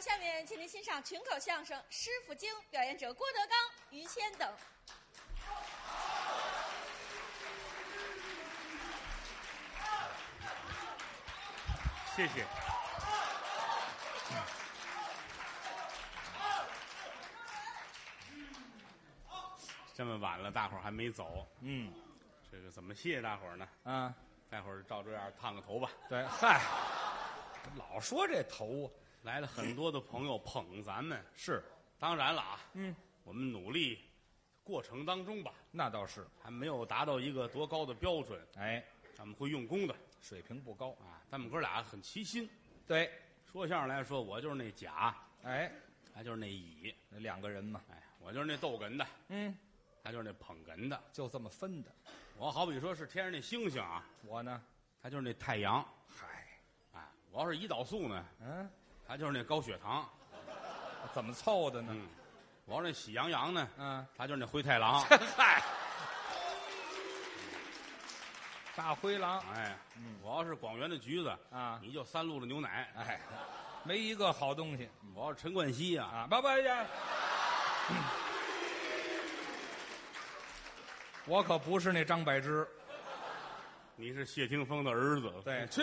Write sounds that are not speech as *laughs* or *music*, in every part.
下面，请您欣赏群口相声《师傅经》，表演者郭德纲、于谦等。谢谢。嗯这么晚了，大伙儿还没走，嗯这个怎么谢大伙儿呢？啊，待会儿照这样烫个头吧。对，嗨，老说这头啊来了很多的朋友捧咱们，是，当然了啊，嗯，我们努力过程当中吧，那倒是，还没有达到一个多高的标准，哎，咱们会用功的水平不高，啊。咱们哥俩很齐心，对，说相声来说，我就是那甲，哎，他就是那乙，那两个人嘛，哎，我就是那逗哏的，嗯，他就是那捧哏的。就这么分的。我好比说是天上那星星啊，我呢，他就是那太阳嗨，啊。我要是胰岛素呢，嗯，他就是那高血糖。怎么凑的呢？嗯，我要是那喜羊羊呢，嗯，他就是那灰太狼。嗨，大灰狼哎，我要是广元的橘子，嗯啊，你就三鹿的牛奶。哎，没一个好东西我要是陈冠希啊，啊！不不呀，我可不是那张柏芝，你是谢霆锋的儿子，对，去，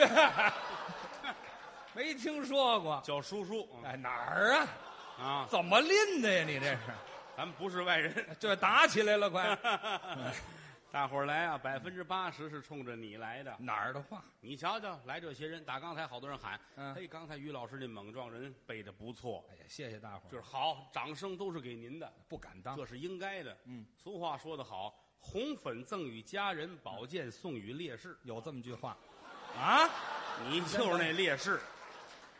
*laughs* 没听说过。叫叔叔哎，哪儿啊？啊。怎么拎的呀？你这是，咱们不是外人。 *laughs* 这打起来了，快！大伙儿来啊，百分之八十是冲着你来的。哪儿的话？你瞧瞧，来这些人，打刚才好多人喊，嗯嘿，刚才于老师那猛撞人背的不错，哎呀，谢谢大伙儿，就是好，掌声都是给您的，不敢当这。是应该的。啊嗯，俗话说得好，红粉赠与佳人，宝嗯剑送与烈士。有这么句话，啊，你就是那烈士，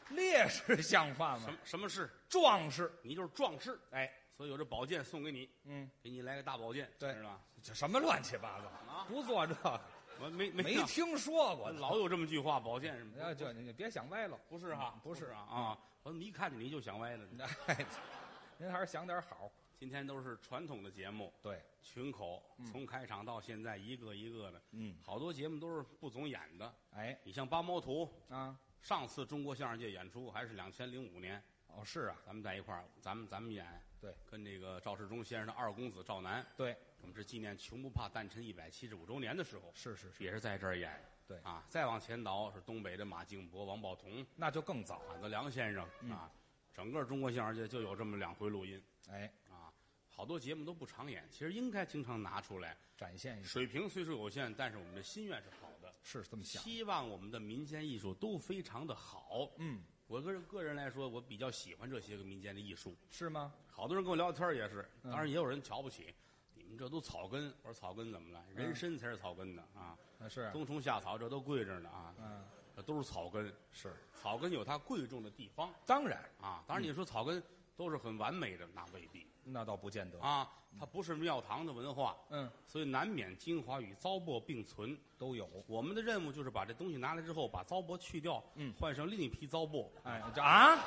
烈士像话什吗么？什么士？壮士，你就是壮士。哎，所以有这宝剑送给你，嗯，给你来个大宝剑，对知道吧？这什么乱七八啊糟，不做这个，我没 *laughs* 没没听听说过。老有这么句话，宝剑什哎呀，么？就你别想歪了，不是哈，不是啊啊！我怎么一看见你就想歪了呢？哎， *laughs* 您还是想点好。今天都是传统的节目，对，群口从开场到现在一个一个的，嗯，好多节目都是不总演的。哎，你像八猫图，啊，上次中国相声界演出还是两千零五年，哦，是啊，咱们在一块儿，咱们咱们演，对，跟这个赵世忠先生的二公子赵楠，对，我们是纪念穷不怕诞辰一百七十五周年的时候，是是是，也是在这儿演。对啊，再往前倒是东北的马敬伯、王宝同、那就更早。马德良先生啊，整个中国相声界就有这么两回录音哎，啊。好多节目都不常演，其实应该经常拿出来。展现一下，水平虽说有限，但是我们的心愿是好的，是这么想。希望我们的民间艺术都非常的好。嗯，我个人个人来说，我比较喜欢这些个民间的艺术。是吗？好多人跟我聊天儿也是，嗯当然也有人瞧不起，你们这都草根。我说草根怎么了？人参才是草根呢啊，啊，嗯是啊，冬虫夏草这都贵着呢啊，嗯，这都是草根。是，草根有它贵重的地方当然，啊。当然你说草根都是很完美的，那未必那倒不见得。啊，它不是庙堂的文化，嗯，所以难免精华与糟粕并存。都有。我们的任务就是把这东西拿来之后，把糟粕去掉，嗯换上另一批糟粕。哎，这啊，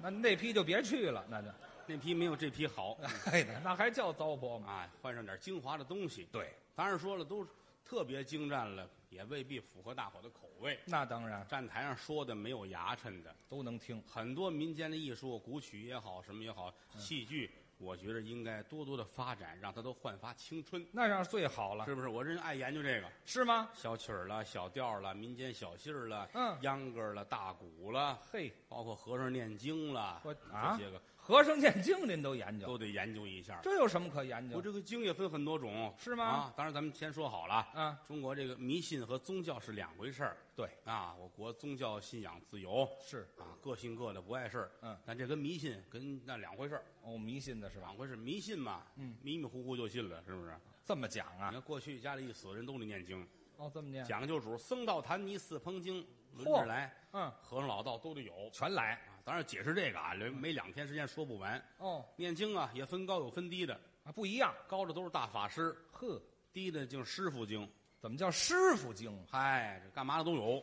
那那批就别去了，那就，那批没有这批好哎， *laughs* 那还叫糟粕吗？啊，换上点精华的东西。对，当然说了，都特别精湛了，也未必符合大伙的口味。那当然站台上说的没有牙碜的，都能听。很多民间的艺术，古曲也好，什么也好，戏剧，我觉得应该多多的发展，让它都焕发青春，那样最好了，是不是？我这人爱研究这个是吗？小曲儿了、小调儿了、民间小戏儿了、嗯秧歌儿了、大鼓了，嘿，包括和尚念经了，我啊这些个和尚念经您都研究，都得研究一下。这有什么可研我究？这个经也分很多种，是吗啊，当然咱们先说好了，啊，中国这个迷信和宗教是两回事儿对，啊。我国宗教信仰自由是啊，各信各的，不碍事儿。嗯，但这跟迷信跟那两回事儿，哦，迷信的是吧两？回事儿。迷信嘛，嗯，迷迷糊糊就信了，是不是？这么讲你啊？看过去家里一死人都得念经，哦，这么念，讲究主僧道坛尼四烹经轮嚯着来，嗯，和尚老道都得有全来。啊。当然解释这个啊，嗯没没两天时间说不完。哦，念经啊，也分高有分低的，啊，不一样。高的都是大法师，呵，低的就是师傅经。怎么叫师傅经啊？嗨，这干嘛的都有，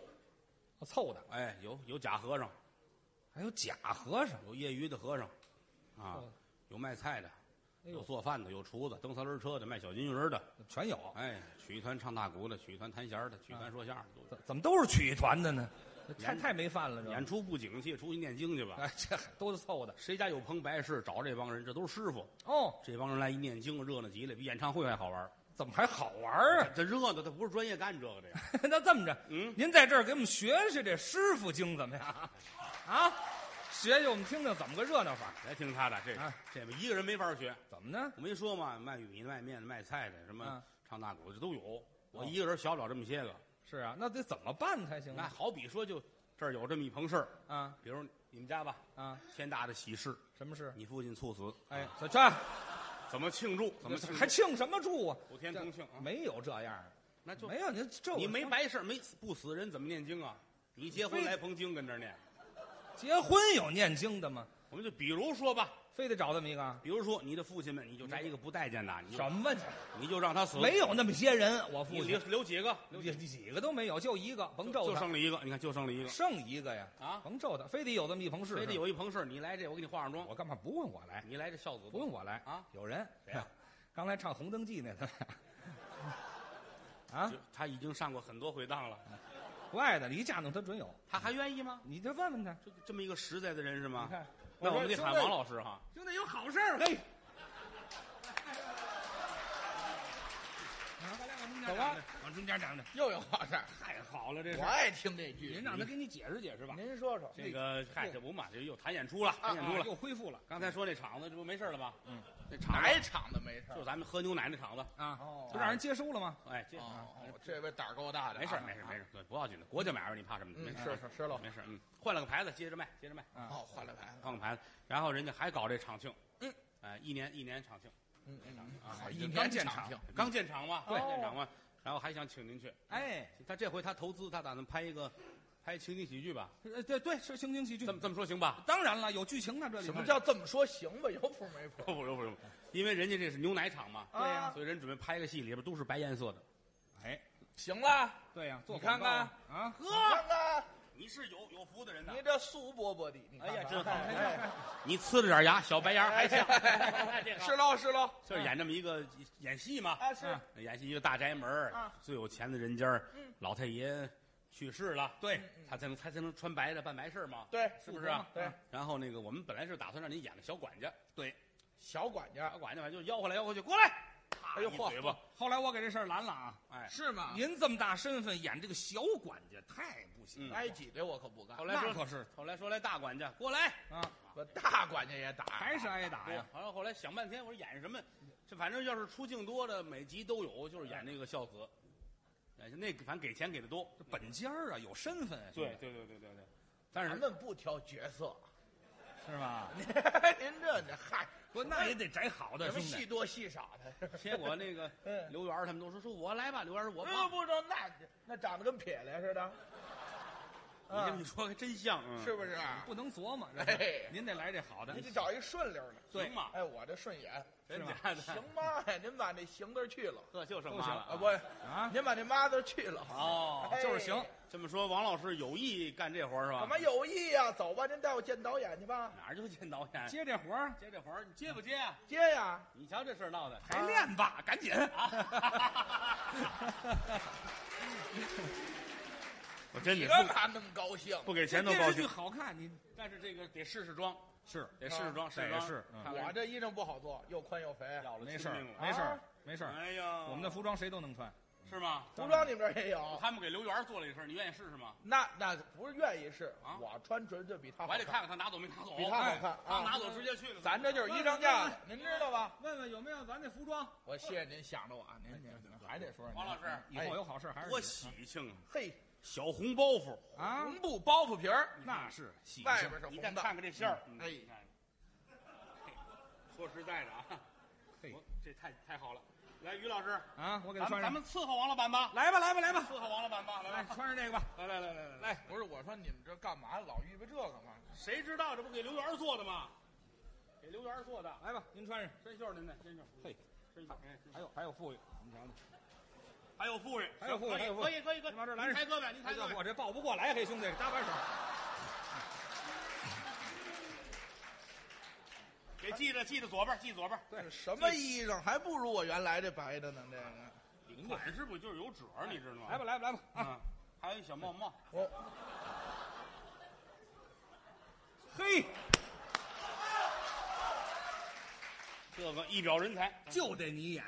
哦凑的，哎，有有假和尚，还有假和尚。有业余的和尚，啊哦，有卖菜的，哎有呦，做饭的，有厨子，蹬三轮车的，卖小金鱼儿的，哎全有。啊哎，曲艺团唱大鼓的，曲艺团弹弦儿的，曲艺团说相声的都有，怎怎么都是曲艺团的呢？太太没饭了，演这。出不景气，出去念经去吧。 *laughs* 哎，这都是凑的。谁家有棚白事，找这帮人，这都是师傅。哦，这帮人来一念经，热闹极了，比演唱会还好玩儿。怎么还好玩儿啊？ *laughs* 这热闹，他不是专业干这个的呀。那这么着，嗯您在这儿给我们学学这师傅经怎么样？ *laughs* 啊，学学我们听听怎么个热闹法？别听他的，这啊这一个人没法学。怎么呢？我没说嘛，卖玉米、卖面的、卖菜的，什么嗯唱大鼓的这都有。我哦一个人学不了这么些个。是啊，那得怎么办才行那啊？好比说，就这儿有这么一棚事儿，啊比如你们家吧，啊，天大的喜事，什么事？你父亲猝死，啊哎，这这怎么庆祝？怎么庆还祝？庆什么祝啊？普天同庆啊！没有这样儿，那就没有您这你没白事儿，没不死人怎么念经啊？你结婚非来捧经跟这儿念，结婚有念经的吗？我们就比如说吧，非得找这么一个？比如说你的父亲们，你就摘一个不待见的，你就什么？啊你就让他死，没有那么些人，我你父留亲留几个，留几几个都没有，就一个，甭咒就他，剩了一个，你看就剩了一个，剩一个呀，啊甭咒他，非得有这么一棚事，非得，有一棚事儿你来这我给你化上妆，我干嘛不问我来？你来这孝子不用我来啊，有人谁呀？刚才唱《红灯记》*laughs* 那个，啊就，他已经上过很多回当嗯了，不爱的，你一架弄他准有，他还愿意吗？你就问问他，这这么一个实在的人是你吗？看，啊那我们得喊王师，老师哈，兄弟有好事 *laughs* 儿，嘿。怎怎么么？往中间讲讲，又有好事儿？太好了，这我爱听这句。您让他给你解释解释吧。您说说这个嗨，这不嘛，这又谈演出了，谈演啊出了。又恢复了刚才说那场子，这不没事了吗？嗯，那场哪子一场子没事儿？就咱们喝牛奶那场子，啊哦不让人接收了吗？哎，这哦，这位胆儿够大的啊，没事儿没事儿没事儿，对不要紧的，国家买卖你怕什么？没嗯，事是儿，是是喽。没事儿，嗯，换了个牌子，接着卖，接着卖，哦，换了牌了。换个牌子，然后人家还搞这场庆，嗯，哎，一年一年场庆，嗯嗯，啊好，这一刚年建场厂听。刚建厂嘛，对刚建厂哦嘛，然后还想请您去，哎，他这回他投资，他打算拍一个，拍情景喜剧吧？呃对对，是情景喜剧这。么这么说行吧？ *laughs* 当然了，有剧情呢，这里什头么叫这么说行吧？有谱没谱？不不不不，因为人家这是牛奶厂嘛，对呀，所以人准备拍个戏，里边都是白颜色的。哎，行了，对呀，做你看看啊，哥，看看你是有有福的人你这素饽饽的，你看看哎呀真好哎哎你呲着点牙，小白牙还像，哎这个啊是喽是喽， *laughs* 就是演这么一个演戏嘛，哎是嗯，演戏一个大宅门儿啊最有钱的人家儿老太爷去世了，嗯对，他才能他才能穿白的办白事儿嘛，对是不是啊？对，然后那个我们本来是打算让你演个小管家，对，小管家小，管家反正就吆喝来吆喝去，过来，哎呦一嚯嘴巴，后来我给这事儿拦了啊。哎，是吗您您这么大身份演这个小管家，太不行了。挨挤兑我可不干嗯后，来那说可是后来说来大管家过来，啊，我大管家也打，还是挨打哎呀呀？，好像后来想半天，我说演什么？这反正要是出镜多的，每集都有，就是演那个孝子，哎，那个反正给钱给的多。这本家儿啊，有身份啊，对兄弟对对对对对，但咱是们不挑角 *laughs* 色，是吧？您这这嗨，不， *laughs* 那也得宅好的什么兄弟。戏多戏少的，结果那个嗯刘源儿他们都说说我来吧，刘源儿说我不吧，嗯不中，那那长得跟撇来似的，啊你这么一说还真像，嗯嗯是不是？不能琢磨，这哎您得来这好的你。得找一顺溜的。行嘛，哎，我这顺眼，真是吧假的， *laughs* 行妈呀！您把那行字去了呵，就剩都妈行了啊，啊不，啊，您把那妈字去了。哦，哎就是行，这么说王老师有意干这活儿是吧？怎么有意呀？走吧，您带我见导演去吧。哪儿就见导演？接这活儿接这活儿，你接不接啊？接呀，你瞧这事儿闹的，还练吧，啊赶紧。 *laughs* 我真你的干嘛那么高兴？不给钱都电高视兴剧。好看，你但是这个得试试妆，是得试试妆，试试得妆是嗯看看我这衣裳不好做，又宽又肥。要了没事儿亲命，了没事儿啊，没事儿。哎呀，我们的服装谁都能穿，是吗？服装你们这儿也有，他们给刘源做了一身，你愿意试试吗？那那不是愿意试啊，我穿绝对比他我好还得看，看看他拿走没拿走。比他好哎看他拿啊。走直接去了。咱这就是衣裳架子，您知道吧？问问有没有咱那服装，我谢谢您想着我，啊，您您您还得说您王老师以哎后有好事还是多你喜庆啊！嘿，小红包袱，啊？红布包袱皮儿，那是喜外边是你再红的，看看这馅儿，嗯嗯哎你看嘿说实在的啊，嘿我这太太好了。来，于老师，啊！我给他咱们咱穿上，们伺候王老板吧，来吧，来吧，来吧，伺候王老板吧，来来吧，穿上这个吧。来来来来来来，哎，不是我说你们这干嘛老预备这个嘛？谁知道这不给刘源做的吗？给刘源做的，来吧，您穿上。真袖儿您的，真袖儿，嘿，真袖儿，哎，真袖儿还有还有富裕，你瞧瞧，还有富裕，还有富裕还有富裕可以可以可以，你往这儿来您抬胳膊，您抬哎胳呦，膊，我这抱不过来，嘿兄弟，搭把手。给系着系着左边，系左边。对，什么衣裳还不如我原来这白的呢？这个哎款式不就是有褶儿，你知道吗？嗯来吧，来吧，来吧啊！啊，还有一小帽帽，我嘿，这个一表人才，就得你演，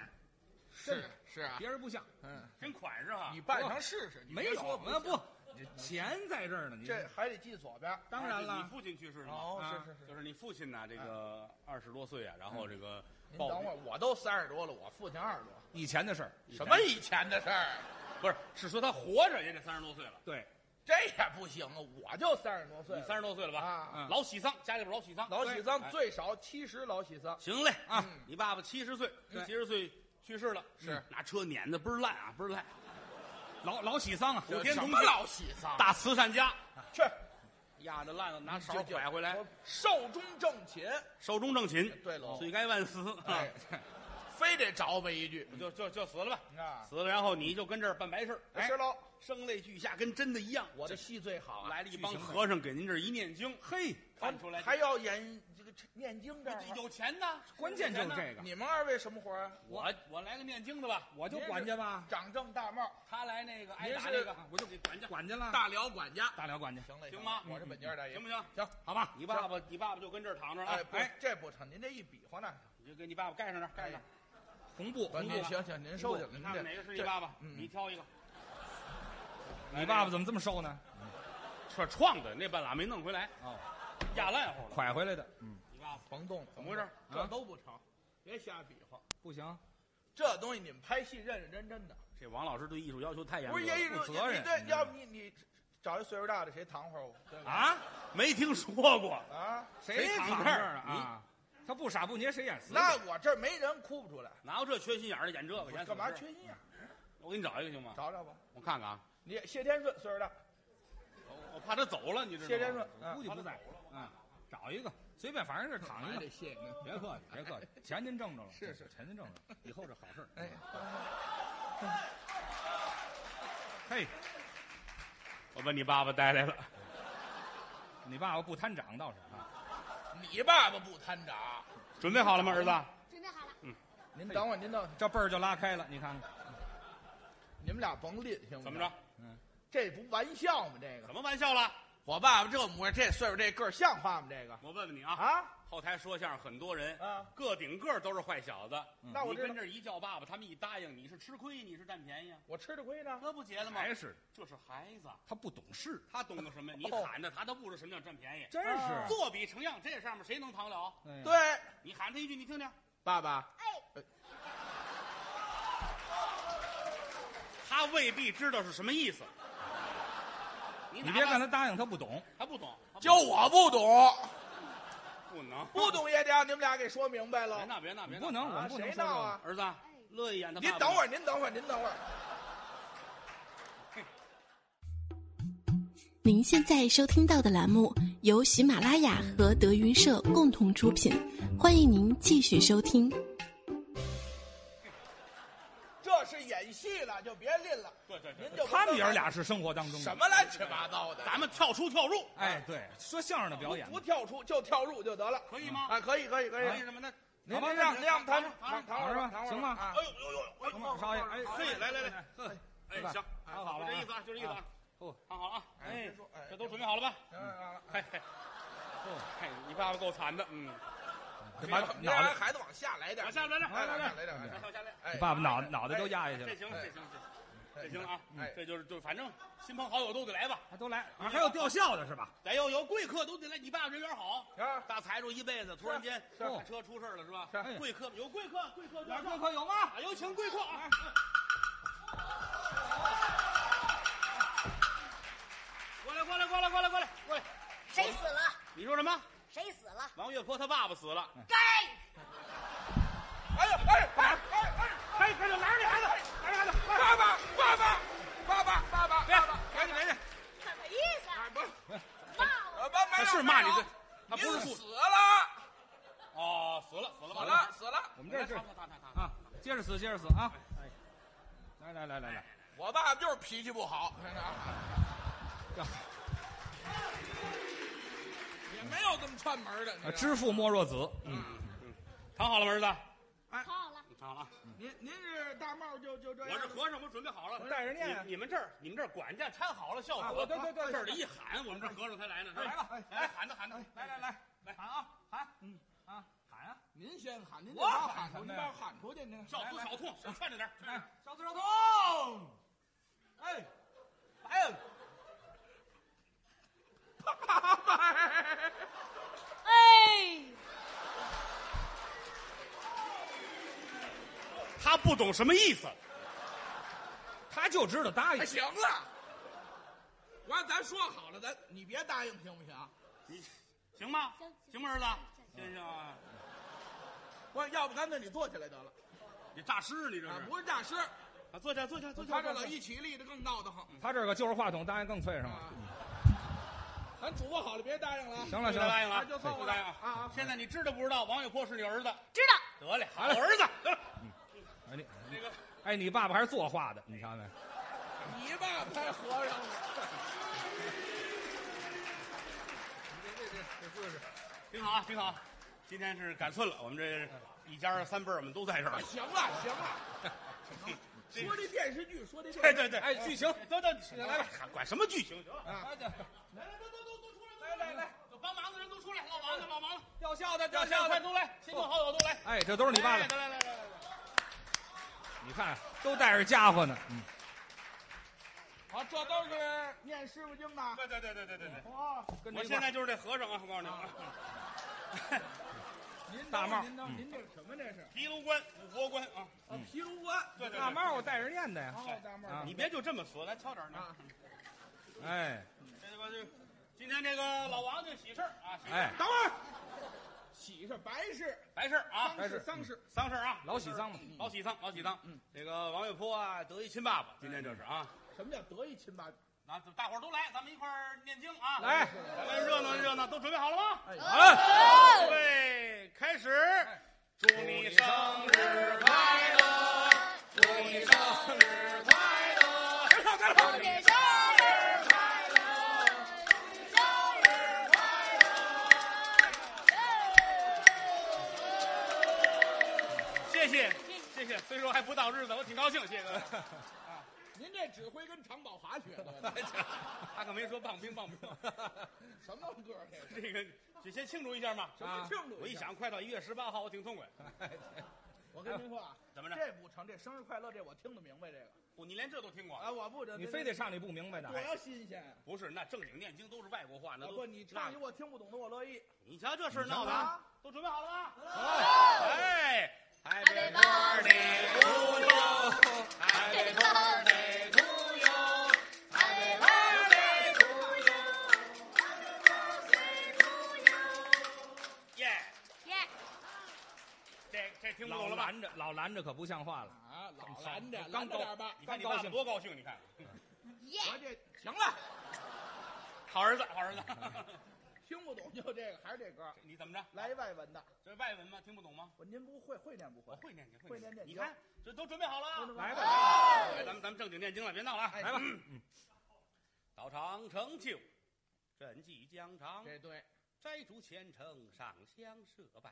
是是啊，别人不像。嗯，真款式哈你。扮上试试，你没别有说啊，不，这钱在这儿哎呢。你这还得记左边。当然你了，父亲去世了吗？哦，啊是是，就是是你父亲呢，这个二十多岁啊，然后这个您暴等会儿，我都三十多了，我父亲二十多，以前的事儿。什么以前的事儿，不是，是说他活着也得三十多岁了，对，这也不行啊！我就三十多岁你了，三十多岁了吧？啊，嗯老喜丧，家里边老喜丧，老喜丧哎最少七十，老喜丧行嘞啊嗯！你爸爸七十岁，对七十岁去世了，嗯是拿车碾的倍儿烂啊，倍儿烂。老老喜丧啊，古天什同么庆老喜丧？大慈善家去压的烂了，拿勺就拐回来我，哎寿终正寝，寿终正寝，对喽罪该万死啊哎！ *laughs* 非得找我一句就就就死了吧，啊！死了，然后你就跟这儿办白事儿，哎是，喽，声泪俱下，跟真的一样。我的戏最好啊，来了一帮和尚给您这儿一念经，嘿，看出来哎还要演这个念经这儿吗有钱呢，关键就是有钱呢这个，你们二位什么活儿啊？我我来个念经的吧，我就管家吧，长正大帽，他来那个挨您打是那个，我就给管家，管家了，大辽管家，大辽管家，行了行吗我是本家大爷，行不行？行？好吧？你爸爸，你爸爸就跟这儿躺着啊哎，，不哎，，这不成，您这一比划那你就给你爸爸盖上点儿，盖上点儿。红布，啊不红布您，行行，您收起来，看您看这哪个是你爸爸，嗯你挑一个。你爸爸怎么这么瘦呢？这撞的那半拉没弄回来，哦，嗯压烂乎了。拐回来的，你爸爸甭动，怎么回事？这都不成，别瞎比划。不行，这东西你们拍戏认认真真的，这王老师对艺术要求太严格不是也了，有负责任你这要不你你找一岁数大的谁搪会儿我？对吧啊，没听说过。啊，谁躺躺这这儿儿啊啊？他不傻不捏，谁演死鬼？那我这儿没人哭不出来，哪有这缺心眼儿的演这个？演干嘛死尸缺？心眼儿？我给你找一个行吗？找找吧，我看看啊，你谢天顺岁数大，我我怕他走了，你知道吗？谢天顺，嗯我估计不在啊，找一个随便，反正是躺一个。谢您。别客气，别客气，钱您挣着了，是是钱您挣着了，以后这好事儿。嗯哎， *laughs* 嘿，我把你爸爸带来了，你爸爸不贪长倒是啊，你爸爸不贪长，准备好了吗，儿子？准备好了，您等会儿，您等会儿，这辈儿就拉开了，你看看，你们俩甭吝，行不行？怎么着？？这不玩笑吗？这个什么玩笑了？我爸爸这模样，这岁数这个儿像话吗？这个我问问你啊，啊，后台说相声很多人啊，个顶个儿都是坏小子。那我你知道跟这儿一叫爸爸，他们一答应，你是吃亏，你是占便宜啊，我吃的亏呢。那不结了吗？还是这是孩子，他不懂事，他懂得什么呀？你喊着他，他不知道什么叫占便宜。真啊作比成样，这上面谁能扛得了？对对，你喊他一句，你听听，爸爸，他未必知道是什么意 *laughs* 思。你你别他，看他答应，他不懂，他不懂，他不就我不懂，不能，不懂也得让你们俩给说明别白了。闹，别闹，别你闹，不能，我啊，们不能谁说这闹个啊？儿子乐意演他爸您爸。等会儿，您等会儿，您等会儿。您现在收听到的栏目由喜马拉雅和德云社共同出品，欢迎您继续收听。这是演戏了，就别吝了。对对对您就他们爷儿俩是生活当中的什？么乱七八糟的？咱们跳出跳入，哎，对，说相声的表演不，跳出就跳入就得了。可以吗？啊，可以，可以，可以。为什么呢？您好吧您让您让他躺着躺着躺着吧躺着行吗啊哎呦呦呦哎呦！行吧少爷，哎，嘿，来来来，呵，哎是吧行，好好就了这啊意思啊，就这意思啊。哦，看好了啊，哎哎别说哎，这都准备好了吧？嗯行啊哎啊嘿嘿，哦，嘿，你爸爸够惨的，嗯，这把把你让脑袋，哎孩子往哎下来点往，下来来来来来来来来来，往下来，哎，嗯爸爸脑脑袋都压下去哎这行了，这行这行这行啊哎，嗯这就是就反正亲朋好友都得来吧，啊都来，啊还有吊孝的是吧？咱要有贵客都得来，你爸爸人缘好。啊，大财主一辈子，突然间是大车出事儿了是吧是哎？贵客有贵客，贵客哪个可有吗？啊，有请贵客啊！过来，过来，过来，过来，过来，过来！谁死了？你说什么？谁死了？王月坡他爸爸死了？该哎呀，哎哎哎哎，哎，快点来着孩子，来着孩子，爸爸爸爸爸爸爸爸，别，赶紧，赶紧！怎么意思啊？哎不，嗯骂我？呃不没他有是骂你没有对，他不是您死父了，哦，死了，死了死了，死了，我们这是他他他他啊，接着死，接着死啊！哎来来来来来，我爸爸就是脾气不好，真的啊要也没啊有这么串门的，你知道吗知父莫若子，躺好了吗，儿子？好了，你好了，您您是大帽就就这样，我这和尚，我准备好了，带着念啊你你们这儿，你们这儿管家掺好了效啊果，对对对对这儿的一喊，我们这儿和尚才来呢，来吧，哎来喊他喊他，来来来来喊啊喊，嗯啊喊啊！您先喊，您我得把喊喊什出，么您呀把我喊出去呢。少粗少痛，少劝着点儿，劝着点儿，哎小子手痛，哎，来呀！哎，他不懂什么意思，他就知道答应哎，行了，完咱说好了，咱你别答应行不啊行？你行吗？行吗，儿子，先生啊，我要不干脆你坐起来得了，你诈尸啊你这啊，是？不是诈尸，啊，坐下坐下坐下，他这坐老下一起立着更闹得慌。他这个就是话筒，答应更脆上了。啊，咱嘱咐好了，别答应了啊。行了不答行了，应了，那就算不我答应了啊啊现在你知道不知道王月波是你儿子？知道。得嘞，好好嘞儿子，得了，哎你那个哎你爸爸还是作画的，你瞧没？你爸爸才和尚呢。挺好啊，挺好啊。今天是赶寸了，我们这一家三辈儿我们都在这儿啊，。行了行了，说这电视剧，说这电对对视对，哎剧情得得，来来，管什么剧情？行了，哎这来来，都都都都出来来来，帮忙的人都出来，老王的老王的，要笑的要相看都来，亲朋好友都来。哎，这都是你爸来爸，来来来来，你看都带着家伙呢。嗯，啊，这都是念师傅经的。啊对对对对对对对。哇，跟着我一现块儿在就是这和尚啊，我告诉你啊， *laughs* 您大帽您等会儿您这是什么这是？毗卢关、五佛关啊，啊，毗卢关。对对。大猫，我带着念的呀。哦，大帽啊儿。你别就这么说，咱敲点儿呢啊。哎这个这，今天这个老王就喜事儿啊，喜事儿哎，等会儿，喜事白事，白事儿啊，丧事事丧事。丧嗯事儿啊，老喜丧嘛。老喜丧，老喜丧。这个王月波啊，得一亲爸爸，今天这是啊，什么叫得意亲爸？那大伙儿都来，咱们一块儿念经啊，来，咱们热闹热闹，都准备好了吗？好了，好，对，开始，祝你生日快乐，祝你生日快乐，别唱，祝你别唱。生日快乐，生日快谢谢，谢谢。虽说还不到日子，我挺高兴，谢谢各位。您这指挥跟常宝华 *laughs* 学的，哎他可没说棒冰棒冰，什么歌儿这是？这个就先庆祝一下嘛。什么庆祝？我一，想，快到一月十八号，我挺痛快。我跟您说啊，怎么着？这不成，这生日快乐这我听得明白这个。不，你连这都听过？啊，我不这你非得哎唱你不明白的。多新鲜啊！不是，那正经念经都是外国话，那啊都不，你唱一我听不懂的，我乐意。你瞧这事儿闹的啊，都准备好了吗？好哎，Happy Happy birthday to you，Happy birthday to you，Happy birthday to you，耶！乐！耶，这这听不老懂了吧？拦着，老拦着可不像话了。啊，老么好拦着，刚拦着高点儿吧。你看你刚爸爸高兴多高兴，你看，耶，我这行了，好儿子，好儿子，听不懂就这个，还是这歌。 *laughs* 你怎么着？来一外文的，这是外文吗？听不懂吗？我您不会，会念不我会？会念经，会念念你经看这都准备好了啊，来吧，哎咱们咱们正经念经了，别闹了啊，哎来吧。 *clears throat* 到长城就镇济疆场，这对，摘竹前程上香设拜，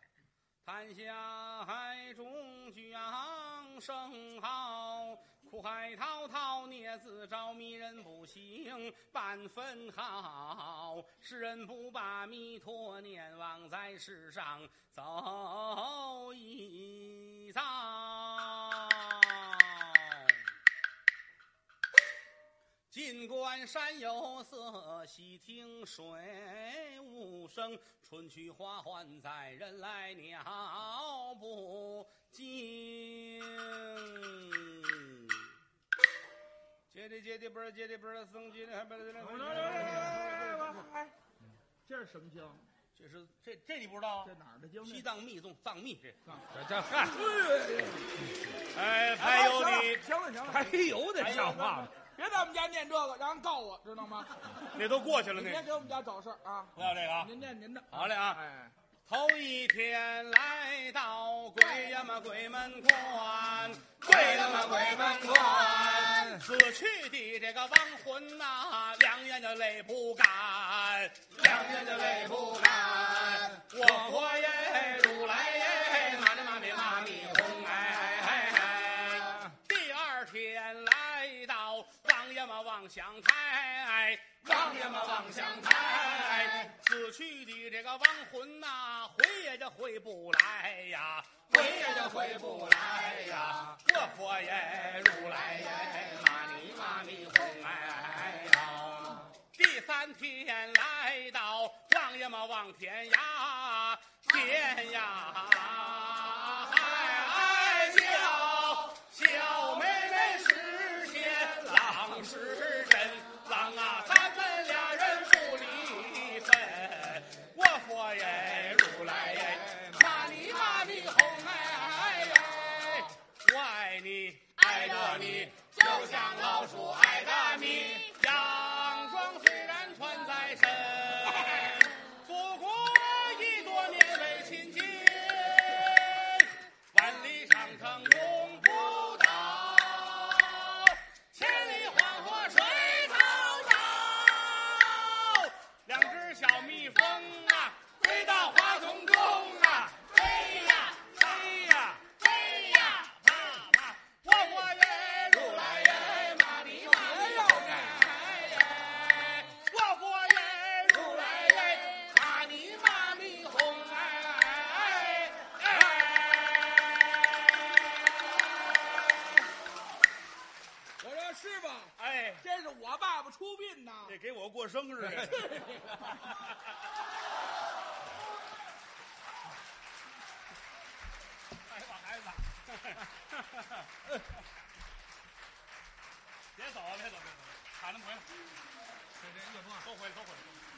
潭下海中举昂生蚝，苦海滔滔孽自招，迷人不行半分好。世人不把弥陀念，枉在世上走一遭。近观山有色，细听水无声。春去花还在，人来鸟不惊。接的接的不是接的不是僧接的还不是来来来来来来，哎，这是什么经？这是这这你不知道啊这？哪儿的经？西藏密宗藏密这，这这嗨，哎，哎还有你行了行了，还有哎得像话吗？别在我们家念这个，让人告我知道吗？那都过去了，你那别给我们家找事儿啊！不要这个啊。您念您的，好嘞啊哎，头一天来到鬼呀嘛鬼门关，鬼呀嘛鬼门关，死去的这个亡魂呐、两眼就泪不干，两眼就泪不干，我活耶，如来耶，妈咪妈咪妈咪红哎。哎呀，回也就回不来呀，回也就回不来呀，活佛耶，如来耶，玛尼玛尼哄哎呀。第三天来到望呀嘛望天涯，天涯海角，小妹妹是天郎是真郎啊，咱们俩人不离分。我哎佛耶，如来耶，玛尼玛尼哄哎哎，我爱你，爱着你，就像老鼠爱大米。洋装虽然穿在身，祖国已多年为亲近，万里长城永不倒，千里黄河水滔滔。两只小蜜蜂啊，飞到花丛中啊，飞呀飞呀飞呀，啪啪，我我耶，如来耶，玛尼玛尼哟哎耶，我我耶，如来耶，玛尼玛尼哄哎哎我说是吧？哎，这是我爸爸出殡呐。这给我过生 *laughs* 日。哎吧，孩 *laughs* 子，别走啊，别走，别走，喊他们回来，这这岳峰啊，都回来，都回来。